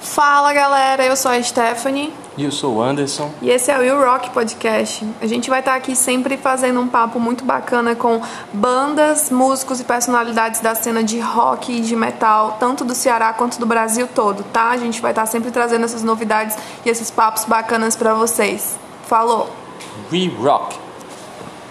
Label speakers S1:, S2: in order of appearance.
S1: Fala galera, eu sou a Stephanie
S2: E eu sou o Anderson.
S1: e esse é o You Rock Podcast. A gente vai estar aqui sempre fazendo um papo muito bacana com bandas, músicos e personalidades da cena de rock e de metal, tanto do Ceará quanto do Brasil todo, tá? A gente vai estar sempre trazendo essas novidades e esses papos bacanas pra vocês. Falou!
S2: We Rock!